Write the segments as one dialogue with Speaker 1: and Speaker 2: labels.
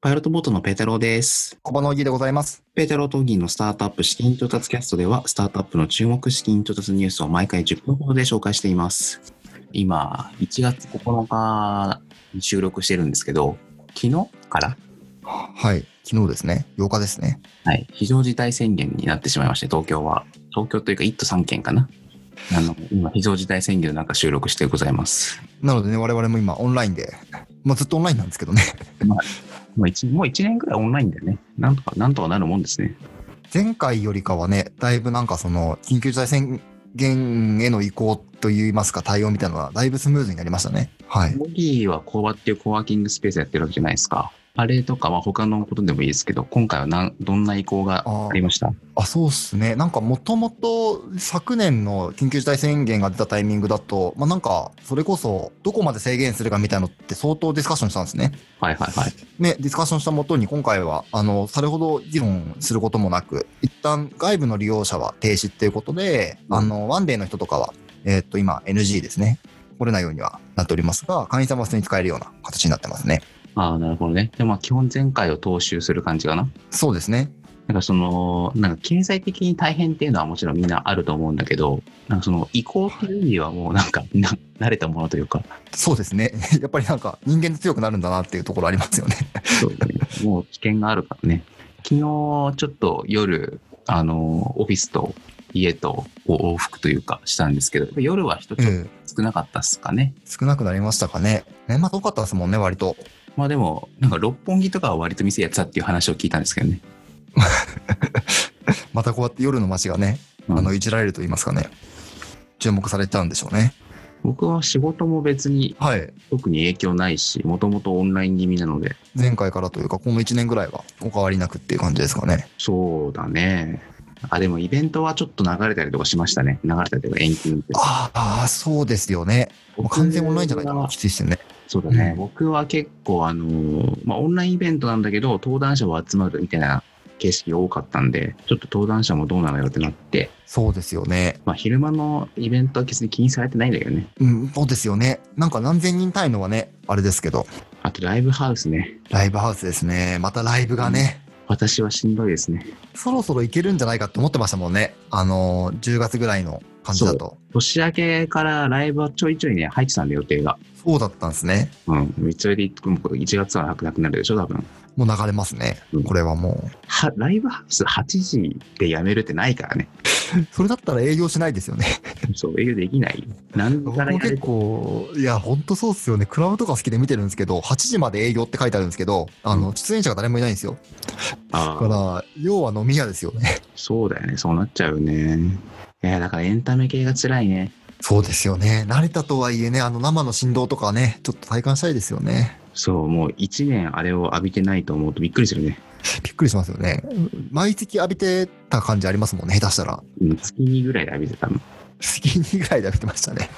Speaker 1: パイロットボートのペータローです。
Speaker 2: 小のぎでございます。
Speaker 1: ペータローとギーのスタートアップ資金調達キャストでは、スタートアップの注目資金調達ニュースを毎回10分ほどで紹介しています。今、1月9日に収録してるんですけど、昨日から、
Speaker 2: はい。昨日ですね。8日ですね。
Speaker 1: はい、非常事態宣言になってしまいまして、東京は。東京というか1都3県かな。あの、今、非常事態宣言の中収録してございます。
Speaker 2: なのでね、我々も今オンラインで、まあずっとオンラインなんですけどね。
Speaker 1: まあ、一もう1年ぐらいオンラインだよね。なんとか、なんとかなるもんですね。
Speaker 2: 前回よりかはね、だいぶなんかその、緊急事態宣言への移行といいますか、対応みたいなのはだいぶスムーズになりましたね。はい。
Speaker 1: モギーはコワっていうコワーキングスペースやってるわけじゃないですか。あれとかは他のことでもいいですけど、今回はなんどんな意向が
Speaker 2: あ
Speaker 1: ありました
Speaker 2: あ、そうっすね。なんかもともと昨年の緊急事態宣言が出たタイミングだと、まあなんか、それこそ、どこまで制限するかみたいなのって相当ディスカッションしたんですね。
Speaker 1: はいはいはい。
Speaker 2: ね、ディスカッションしたもとに今回はあのされほど議論することもなく一旦外部の利用者は停止っていうことで、
Speaker 1: うん
Speaker 2: あのワンデーの人とかは、えーっと今 NG ですね来れないようにはなっておりますが会員さんは普通に使えるような形になってますね
Speaker 1: ああ、なるほどね。でもまあ基本前回を踏襲する感じかな。
Speaker 2: そうですね
Speaker 1: なんかその、なんか経済的に大変っていうのはもちろんみんなあると思うんだけど、なんかその移行っていう意味はもうなんかみんな慣れたものというか、
Speaker 2: そうですね やっぱりなんか人間って強くなるんだなっていうところありますよ ね
Speaker 1: そうだねもう危険があるからね。昨日ちょっと夜、あの、オフィスと家とを往復というかしたんですけど、やっぱ夜は人ちょっと
Speaker 2: ん
Speaker 1: 少なかったっすかね。
Speaker 2: 少なくなりましたかね年末多かったですもんね割と
Speaker 1: まあでも、なんか六本木とかは割と店やってたっていう話を聞いたんですけどね。
Speaker 2: またこうやって夜の街がねあのいじられると言いますかね注目されちゃうんでしょうね
Speaker 1: 僕は仕事も別に
Speaker 2: はい
Speaker 1: 特に影響ないし、もともとオンライン気味なので、
Speaker 2: 前回からというか、この1年ぐらいはお変わりなくっていう感じですかね。
Speaker 1: そうだね。あ、でもイベントはちょっと流れたりとかしましたね。流れたりとか延期になって。
Speaker 2: ああ、そうですよね。もう完全オンラインじゃないかな。きついっすよね。
Speaker 1: そうだね。
Speaker 2: うん
Speaker 1: 僕は結構、あのーまあ、オンラインイベントなんだけど、登壇者は集まるみたいな形式が多かったんで、ちょっと登壇者もどうなのよってなって、
Speaker 2: そうですよね。
Speaker 1: まあ、昼間のイベントは別に気にされてないんだけどね。
Speaker 2: うん、そうですよね。なんか何千人単位のはね、あれですけど、
Speaker 1: あとライブハウスね。
Speaker 2: ライブハウスですね。またライブがね、
Speaker 1: 私はしんどいですね。
Speaker 2: そろそろいけるんじゃないかって思ってましたもんね。あのー、10月ぐらいの感じだと。
Speaker 1: 年明けからライブはちょいちょいね、入ってたんで予定が。
Speaker 2: そうだったんですね。
Speaker 1: うん。それで1月はなくなくなるでしょ、多分。
Speaker 2: もう流れますね
Speaker 1: うん。
Speaker 2: これはも
Speaker 1: は、ライブハウス8時でやめるってないからね。
Speaker 2: う。それだったら営業しないですよね。
Speaker 1: そう、営業できない。なん
Speaker 2: 僕
Speaker 1: から
Speaker 2: も
Speaker 1: やれ
Speaker 2: 結構、いや、ほんとそうっすよね。クラブとか好きで見てるんですけど、8時まで営業って書いてあるんですけど、あの、出演者が誰もいないんですよ。だ
Speaker 1: あ
Speaker 2: か
Speaker 1: あ、
Speaker 2: ら、要は飲み屋ですよね。
Speaker 1: そうだよね。そうなっちゃうよね。いや、だからエンタメ系が辛いね。
Speaker 2: そうですよね。成田とはいえね、あの生の振動とかね、ちょっと体感したいですよね。
Speaker 1: そう、もう1年あれを浴びてないと思うとびっくりするね。
Speaker 2: びっくりしますよね。毎月浴びてた感じありますもんね、下手したら。
Speaker 1: うん月にぐらいで浴びてたの。
Speaker 2: 月にぐらいで浴びてましたね。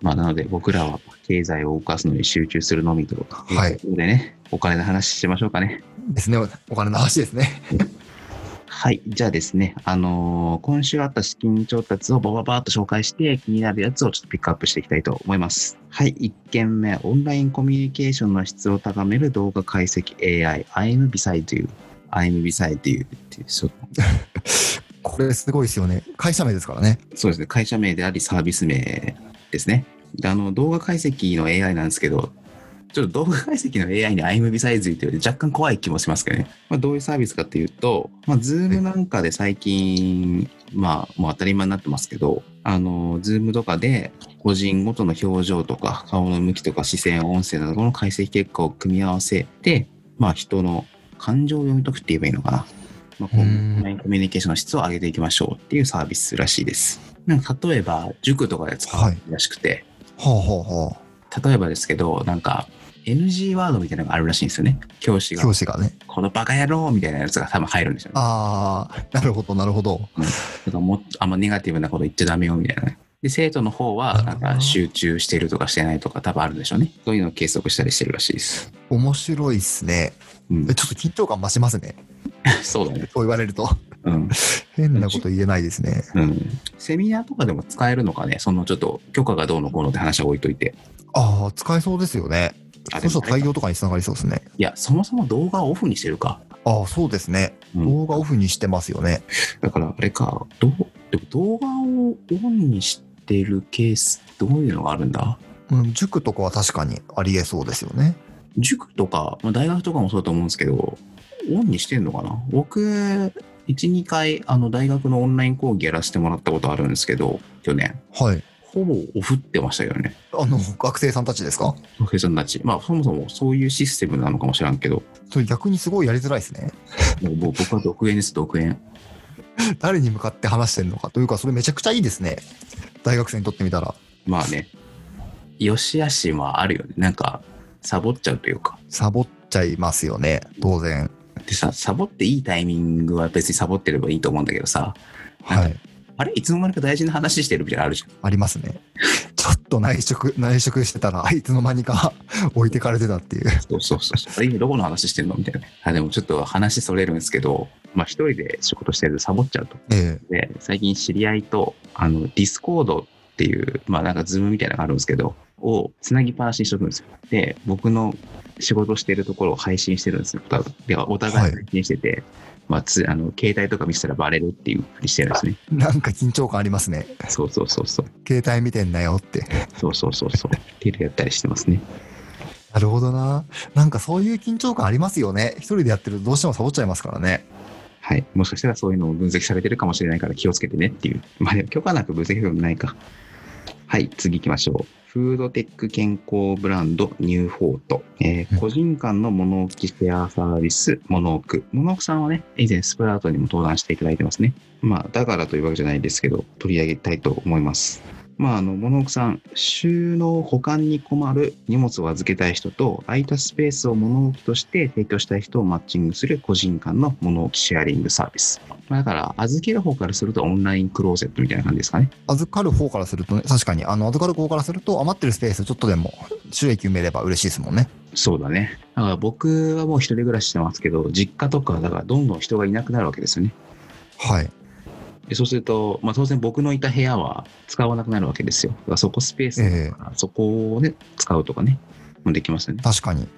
Speaker 1: まあ、なので僕らは経済を動かすのに集中するのみと。
Speaker 2: はい。
Speaker 1: でね、お金の話しましょうかね。
Speaker 2: ですね、お金の話ですね。
Speaker 1: はい。じゃあですね、あのー今週あった資金調達をバババーっと紹介して、気になるやつをちょっとピックアップしていきたいと思います。はい。1件目、オンラインコミュニケーションの質を高める動画解析 AI、IMB サイという、IMB サイという、っていうそう
Speaker 2: これすごいですよね。会社名ですからね。
Speaker 1: そうですね、会社名でありサービス名ですね。であの、動画解析の AI なんですけど、ちょっと動画解析の AI に iMovie サイズというより若干怖い気もしますけどね。まあ、どういうサービスかというと、まあ、Zoom なんかで最近、まあ、もう当たり前になってますけど、あの、Zoom とかで個人ごとの表情とか、顔の向きとか視線、音声などの解析結果を組み合わせて、まあ、人の感情を読み解くって言えばいいのかな。まあ、こう
Speaker 2: う
Speaker 1: オ
Speaker 2: ん
Speaker 1: ンラインコミュニケーションの質を上げていきましょうっていうサービスらしいです。なんか例えば、塾とかで使うらしくて、
Speaker 2: ほうほうほ
Speaker 1: 例えばですけど、なんか NG ワードみたいなのがあるらしいんですよね。教師
Speaker 2: う。
Speaker 1: が、
Speaker 2: 教師がね。
Speaker 1: このバカ野郎みたいなやつが多分入るんでしょうね。
Speaker 2: あー、なるほど、なるほど。
Speaker 1: なんかもっとあんまネガティブなこと言っちゃダメよみたいなね。で、生徒の方は、なんか集中してるとかしてないとか多分あるんでしょうね。そういうのを計測したりしてるらしいです。
Speaker 2: 面白いっすね。
Speaker 1: うん
Speaker 2: え、ちょっと緊張感増しますね。
Speaker 1: そうだね。
Speaker 2: そう言われると。
Speaker 1: うん。
Speaker 2: 変なこと言えないですね。
Speaker 1: うん。セミナーとかでも使えるのかね、そのちょっと許可がどうのこうのって話は置いといて。
Speaker 2: ああ、使えそうですよね。
Speaker 1: あ
Speaker 2: そ
Speaker 1: で
Speaker 2: し
Speaker 1: も
Speaker 2: たら対応とかにつながりそうですね。
Speaker 1: いや、そもそも動画をオフにしてるか。
Speaker 2: ああ、そうですね。
Speaker 1: うん、
Speaker 2: 動画オフにしてますよね。
Speaker 1: だから、あれか、どうでも動画をオンにしてるケース、どういうのがあるんだ
Speaker 2: うん、塾とかは確かにありえそうですよね。
Speaker 1: 塾とか、まあ、大学とかもそうだと思うんですけど、オンにしてんのかな僕、1、2回、あの、大学のオンライン講義やらせてもらったことあるんですけど、去年、
Speaker 2: はい。
Speaker 1: ほぼオフってましたけどね。
Speaker 2: あの、学生さんたちですか
Speaker 1: 学生さんたち。まあ、そもそもそういうシステムなのかもしらんけど、
Speaker 2: それ逆にすごいやりづらいですね。
Speaker 1: もうもう僕は独演です、独演。
Speaker 2: 誰に向かって話してんのかというか、それめちゃくちゃいいですね。大学生にとってみたら。
Speaker 1: まあね、よし悪しはあるよね。なんか、サボっちゃうというか。
Speaker 2: サボっちゃいますよね。当然。
Speaker 1: でさ、サボっていいタイミングは別にサボってればいいと思うんだけどさ、
Speaker 2: はい。
Speaker 1: あれいつの間にか大事な話してるみたいなのあるじゃん。
Speaker 2: ありますね。ちょっと内職、内職してたら、あいつの間にか 置いてかれてたっていう。
Speaker 1: そうそうそうそう。あれ今どこの話してんのみたいなね。あ、でもちょっと話それるんですけど、まあ一人で仕事してるとサボっちゃうと。
Speaker 2: ええ。
Speaker 1: で、最近知り合いと、あの、ディスコードっていう、まあなんかズームみたいなのがあるんですけど、をつなぎっぱなしにしとくんですよ。で、僕の仕事してるところを配信してるんですよ。多分で、お互い配信してて、まあ、つあの携帯とか見せたらバレるっていうふうにしてるんですね。
Speaker 2: なんか緊張感ありますね。
Speaker 1: そうそうそうそう。
Speaker 2: 携帯見てんなよって。
Speaker 1: そうそうそうそう。っていうのやったりしてますね。
Speaker 2: なるほどな。なんかそういう緊張感ありますよね。一人でやってるとどうしてもサボっちゃいますからね。
Speaker 1: はい。もしかしたらそういうのを分析されてるかもしれないから気をつけてねっていう。まあでも許可なく分析でもないか。はい。次行きましょう。フードテック健康ブランドニューフォート。えー
Speaker 2: うん
Speaker 1: 個人間の物置シェアサービス、モノオク。モノオクさんはね、以前スプラウトにも登壇していただいてますね。まあ、だからというわけじゃないですけど、取り上げたいと思います。まあ、あの、モノオクさん、収納保管に困る荷物を預けたい人と、空いたスペースを物置として提供したい人をマッチングする個人間の物置シェアリングサービス。まあ、だから、預ける方からするとオンラインクローゼットみたいな感じですかね。
Speaker 2: 預かる方からするとね、確かに、あの、預かる方からすると余ってるスペースちょっとでも収益埋めれば嬉しいですもんね。
Speaker 1: そうだね。だから僕はもう一人暮らししてますけど、実家とか、だからどんどん人がいなくなるわけですよね。
Speaker 2: はい。
Speaker 1: でそうすると、まあ、当然僕のいた部屋は使わなくなるわけですよ。だからそこスペースだから、そこをね、使うとかね、もできますよね。
Speaker 2: 確かに。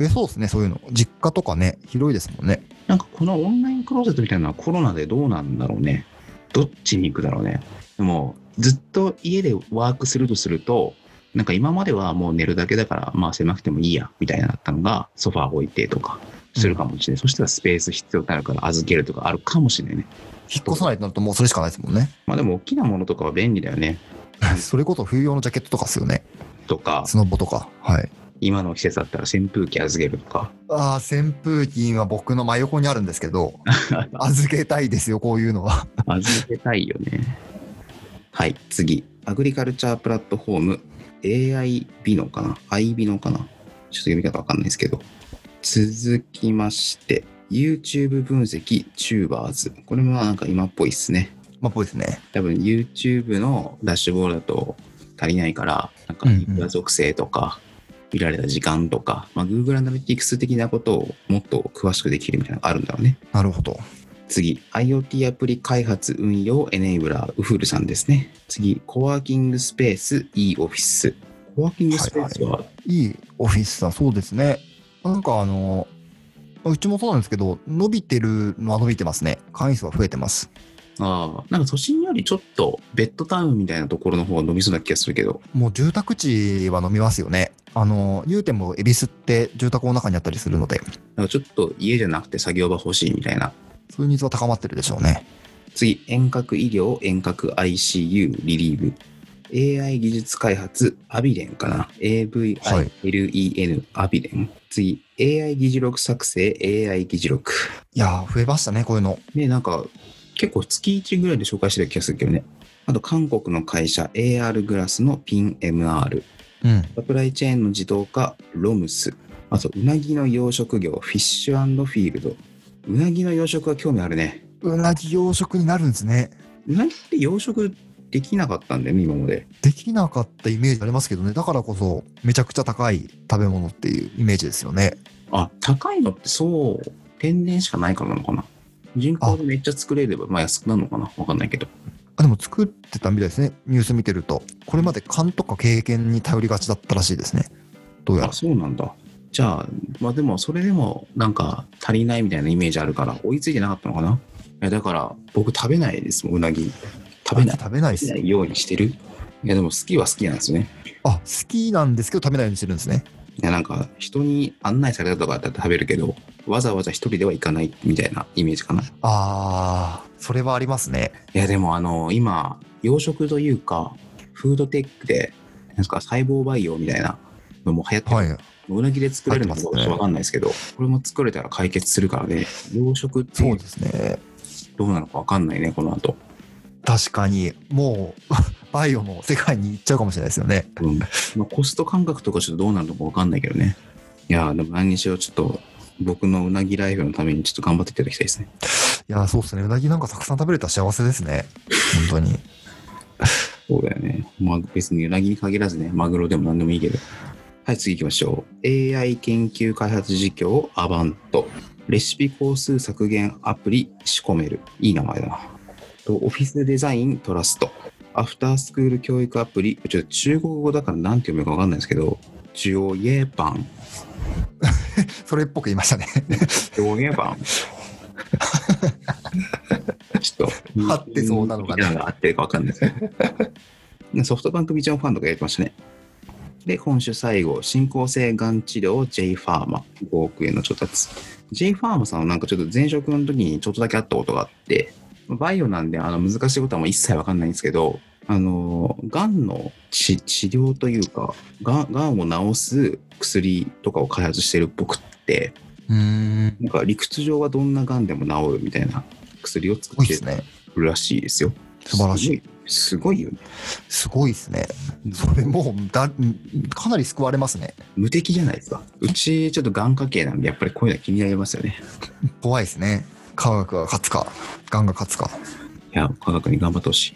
Speaker 2: 増えそうですね、そういうの。実家とかね、広いですもんね。
Speaker 1: なんかこのオンラインクローゼットみたいなのはコロナでどうなんだろうね。どっちに行くだろうね。でも、ずっと家でワークするとすると、なんか今まではもう寝るだけだから、まあ狭くてもいいや、みたいなのだったのが、ソファー置いてとかするかもしれない。そしたらスペース必要になるから預けるとかあるかもしれないね。
Speaker 2: 引っ越さないとなるともうそれしかないですもんね。
Speaker 1: まあでも大きなものとかは便利だよね。
Speaker 2: それこそ冬用のジャケットとかですよね。
Speaker 1: とか、
Speaker 2: スノボとか。はい。
Speaker 1: 今の季節だったら扇風機預けるとか。
Speaker 2: ああ、扇風機は僕の真横にあるんですけ ど、預けたいですよ、こういうのは。
Speaker 1: 預けたいよね。はい、次。アグリカルチャープラットフォーム AI ビノかな ?I ビノかなちょっと読み方わかんないですけど。続きまして、YouTube 分析 Tubers。これもなんか今っぽいっすね。
Speaker 2: まあ、ぽいですね。
Speaker 1: 多分 YouTube のダッシュボードだと足りないから、なんか
Speaker 2: うんうん
Speaker 1: ユーザー属性とか、見られた時間とか、まあ、Google Analytics 的なことをもっと詳しくできるみたいなのがあるんだろうね。
Speaker 2: なるほど。
Speaker 1: 次、IoT アプリ開発運用エネイブラー、ウフルさんですね。次、コワーキングスペース、e オフィス。コワーキングスペースは、
Speaker 2: いいオフィスだ、そうですね。なんかあの、うちもそうなんですけど、伸びてるのは伸びてますね。会員数は増えてます。
Speaker 1: ああ、なんか都心よりちょっとベッドタウンみたいなところの方が伸びそうな気がするけど、
Speaker 2: もう住宅地は伸びますよね。あの、言うても、恵比寿って住宅の中にあったりするので、
Speaker 1: なんかちょっと家じゃなくて作業場欲しいみたいな。
Speaker 2: そういうニーズは高まってるでしょうね。
Speaker 1: 次、遠隔医療、遠隔 ICU、リリーブ。AI 技術開発、アビレンかな。
Speaker 2: は
Speaker 1: AVILEN、
Speaker 2: い
Speaker 1: アビレン。次、AI 議事録作成、AI 議事録。
Speaker 2: いやー、増えましたね、こういうの。
Speaker 1: ね、なんか、結構月1ぐらいで紹介してる気がするけどね。あと、韓国の会社 AR グラスのピン MR、
Speaker 2: うん。
Speaker 1: サプライチェーンの自動化、ロムス、あと、うなぎの養殖業、フィッシュフィールド。うなぎの養殖は興味あるね。
Speaker 2: うなぎ養殖になるんですね。
Speaker 1: うなぎって養殖できなかったんだよね、今まで。
Speaker 2: できなかったイメージありますけどね。だからこそ、めちゃくちゃ高い食べ物っていうイメージですよね。
Speaker 1: あ、高いのってそう、天然しかないからなのかな。人工でめっちゃ作れれば、まあ安くなるのかなわかんないけど。
Speaker 2: あ、でも作ってたみたいですね。ニュース見てると。これまで勘とか経験に頼りがちだったらしいですね。どうやら
Speaker 1: あ、。そうなんだ。じゃあ、まあでも、それでも、なんか、足りないみたいなイメージあるから、追いついてなかったのかなえだから、僕食べないですもん、うなぎ。食べない。
Speaker 2: 食べないで
Speaker 1: 食べ
Speaker 2: す
Speaker 1: な。いようにしてるいや、でも、好きは好きなんですよね。
Speaker 2: あ、好きなんですけど食べないようにしてるんですね。
Speaker 1: いや、なんか、人に案内されたとかだったら食べるけど、わざわざ一人では行かないみたいなイメージかな。い
Speaker 2: あー、それはありますね。
Speaker 1: や、でも、あの、今、養殖というか、フードテックで、なんか、細胞培養みたいなのも流行ってる
Speaker 2: はい。
Speaker 1: うなぎで作れるのかどうか
Speaker 2: 入ってますね
Speaker 1: わかんないですけど、これも作れたら解決するからね、養殖って
Speaker 2: そうですね。
Speaker 1: どうなのかわかんないね、この後。
Speaker 2: 確かに、もう、 バイオも世界に行っちゃうかもしれないですよね。
Speaker 1: うんまあ、コスト感覚とかちょっとどうなるのかわかんないけどね。いやー、でも何にしろちょっと、僕のうなぎライフのためにちょっと頑張っていただきたいですね。
Speaker 2: いやー、そうですね。うなぎなんかたくさん食べれたら幸せですね。本当に。
Speaker 1: そうだよね。まあ、別にうなぎに限らずね、マグロでも何でもいいけど。はい、次行きましょう。AI 研究開発事業アバント。レシピ工数削減アプリ仕込める。いい名前だな。とオフィスデザイントラスト。アフタースクール教育アプリ。ちょっと中国語だから何て読むかわかんないですけど。中央イエーパン。
Speaker 2: それっぽく言いまし たね。
Speaker 1: 中央イエーパン。 ちょっと。
Speaker 2: 合ってそうなのかな
Speaker 1: 合ってるかわかんないですね。ソフトバンクビジョンファンドがやってましたね。で、今週最後、進行性がん治療 J ファーマ、5億円の調達。J ファーマさんはなんかちょっと前職の時にちょっとだけ会ったことがあって、バイオなんであの難しいことはもう一切わかんないんですけど、あの、がんの治治療というか、がんがんを治す薬とかを開発してるっぽくって、
Speaker 2: うーん。
Speaker 1: なんか理屈上はどんながんでも治るみたいな薬を作
Speaker 2: 多
Speaker 1: っ
Speaker 2: いで
Speaker 1: て
Speaker 2: すね。
Speaker 1: るらしいですよ。
Speaker 2: 素晴らしい。
Speaker 1: すごい。すごいよね。
Speaker 2: すごいですね。それもうだ、かなり救われますね。
Speaker 1: 無敵じゃないですか。うちちょっと眼科系なんで、やっぱりこういうのは気になりますよね。
Speaker 2: 怖いですね。科学が勝つか、がんが勝つか。
Speaker 1: いや、科学に頑張ってほしい。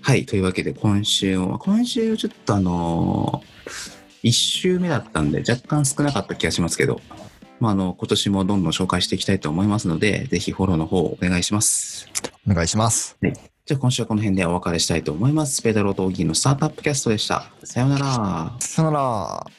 Speaker 1: はい、というわけで今週は、今週ちょっとあのー、1週目だったんで若干少なかった気がしますけど、まあ、あの、今年もどんどん紹介していきたいと思いますので、ぜひフォローの方お願いします。
Speaker 2: お願いします。
Speaker 1: じゃあ今週はこの辺でお別れしたいと思います。ペダロとオギーのスタートアップキャストでした。さようなら。
Speaker 2: さよなら。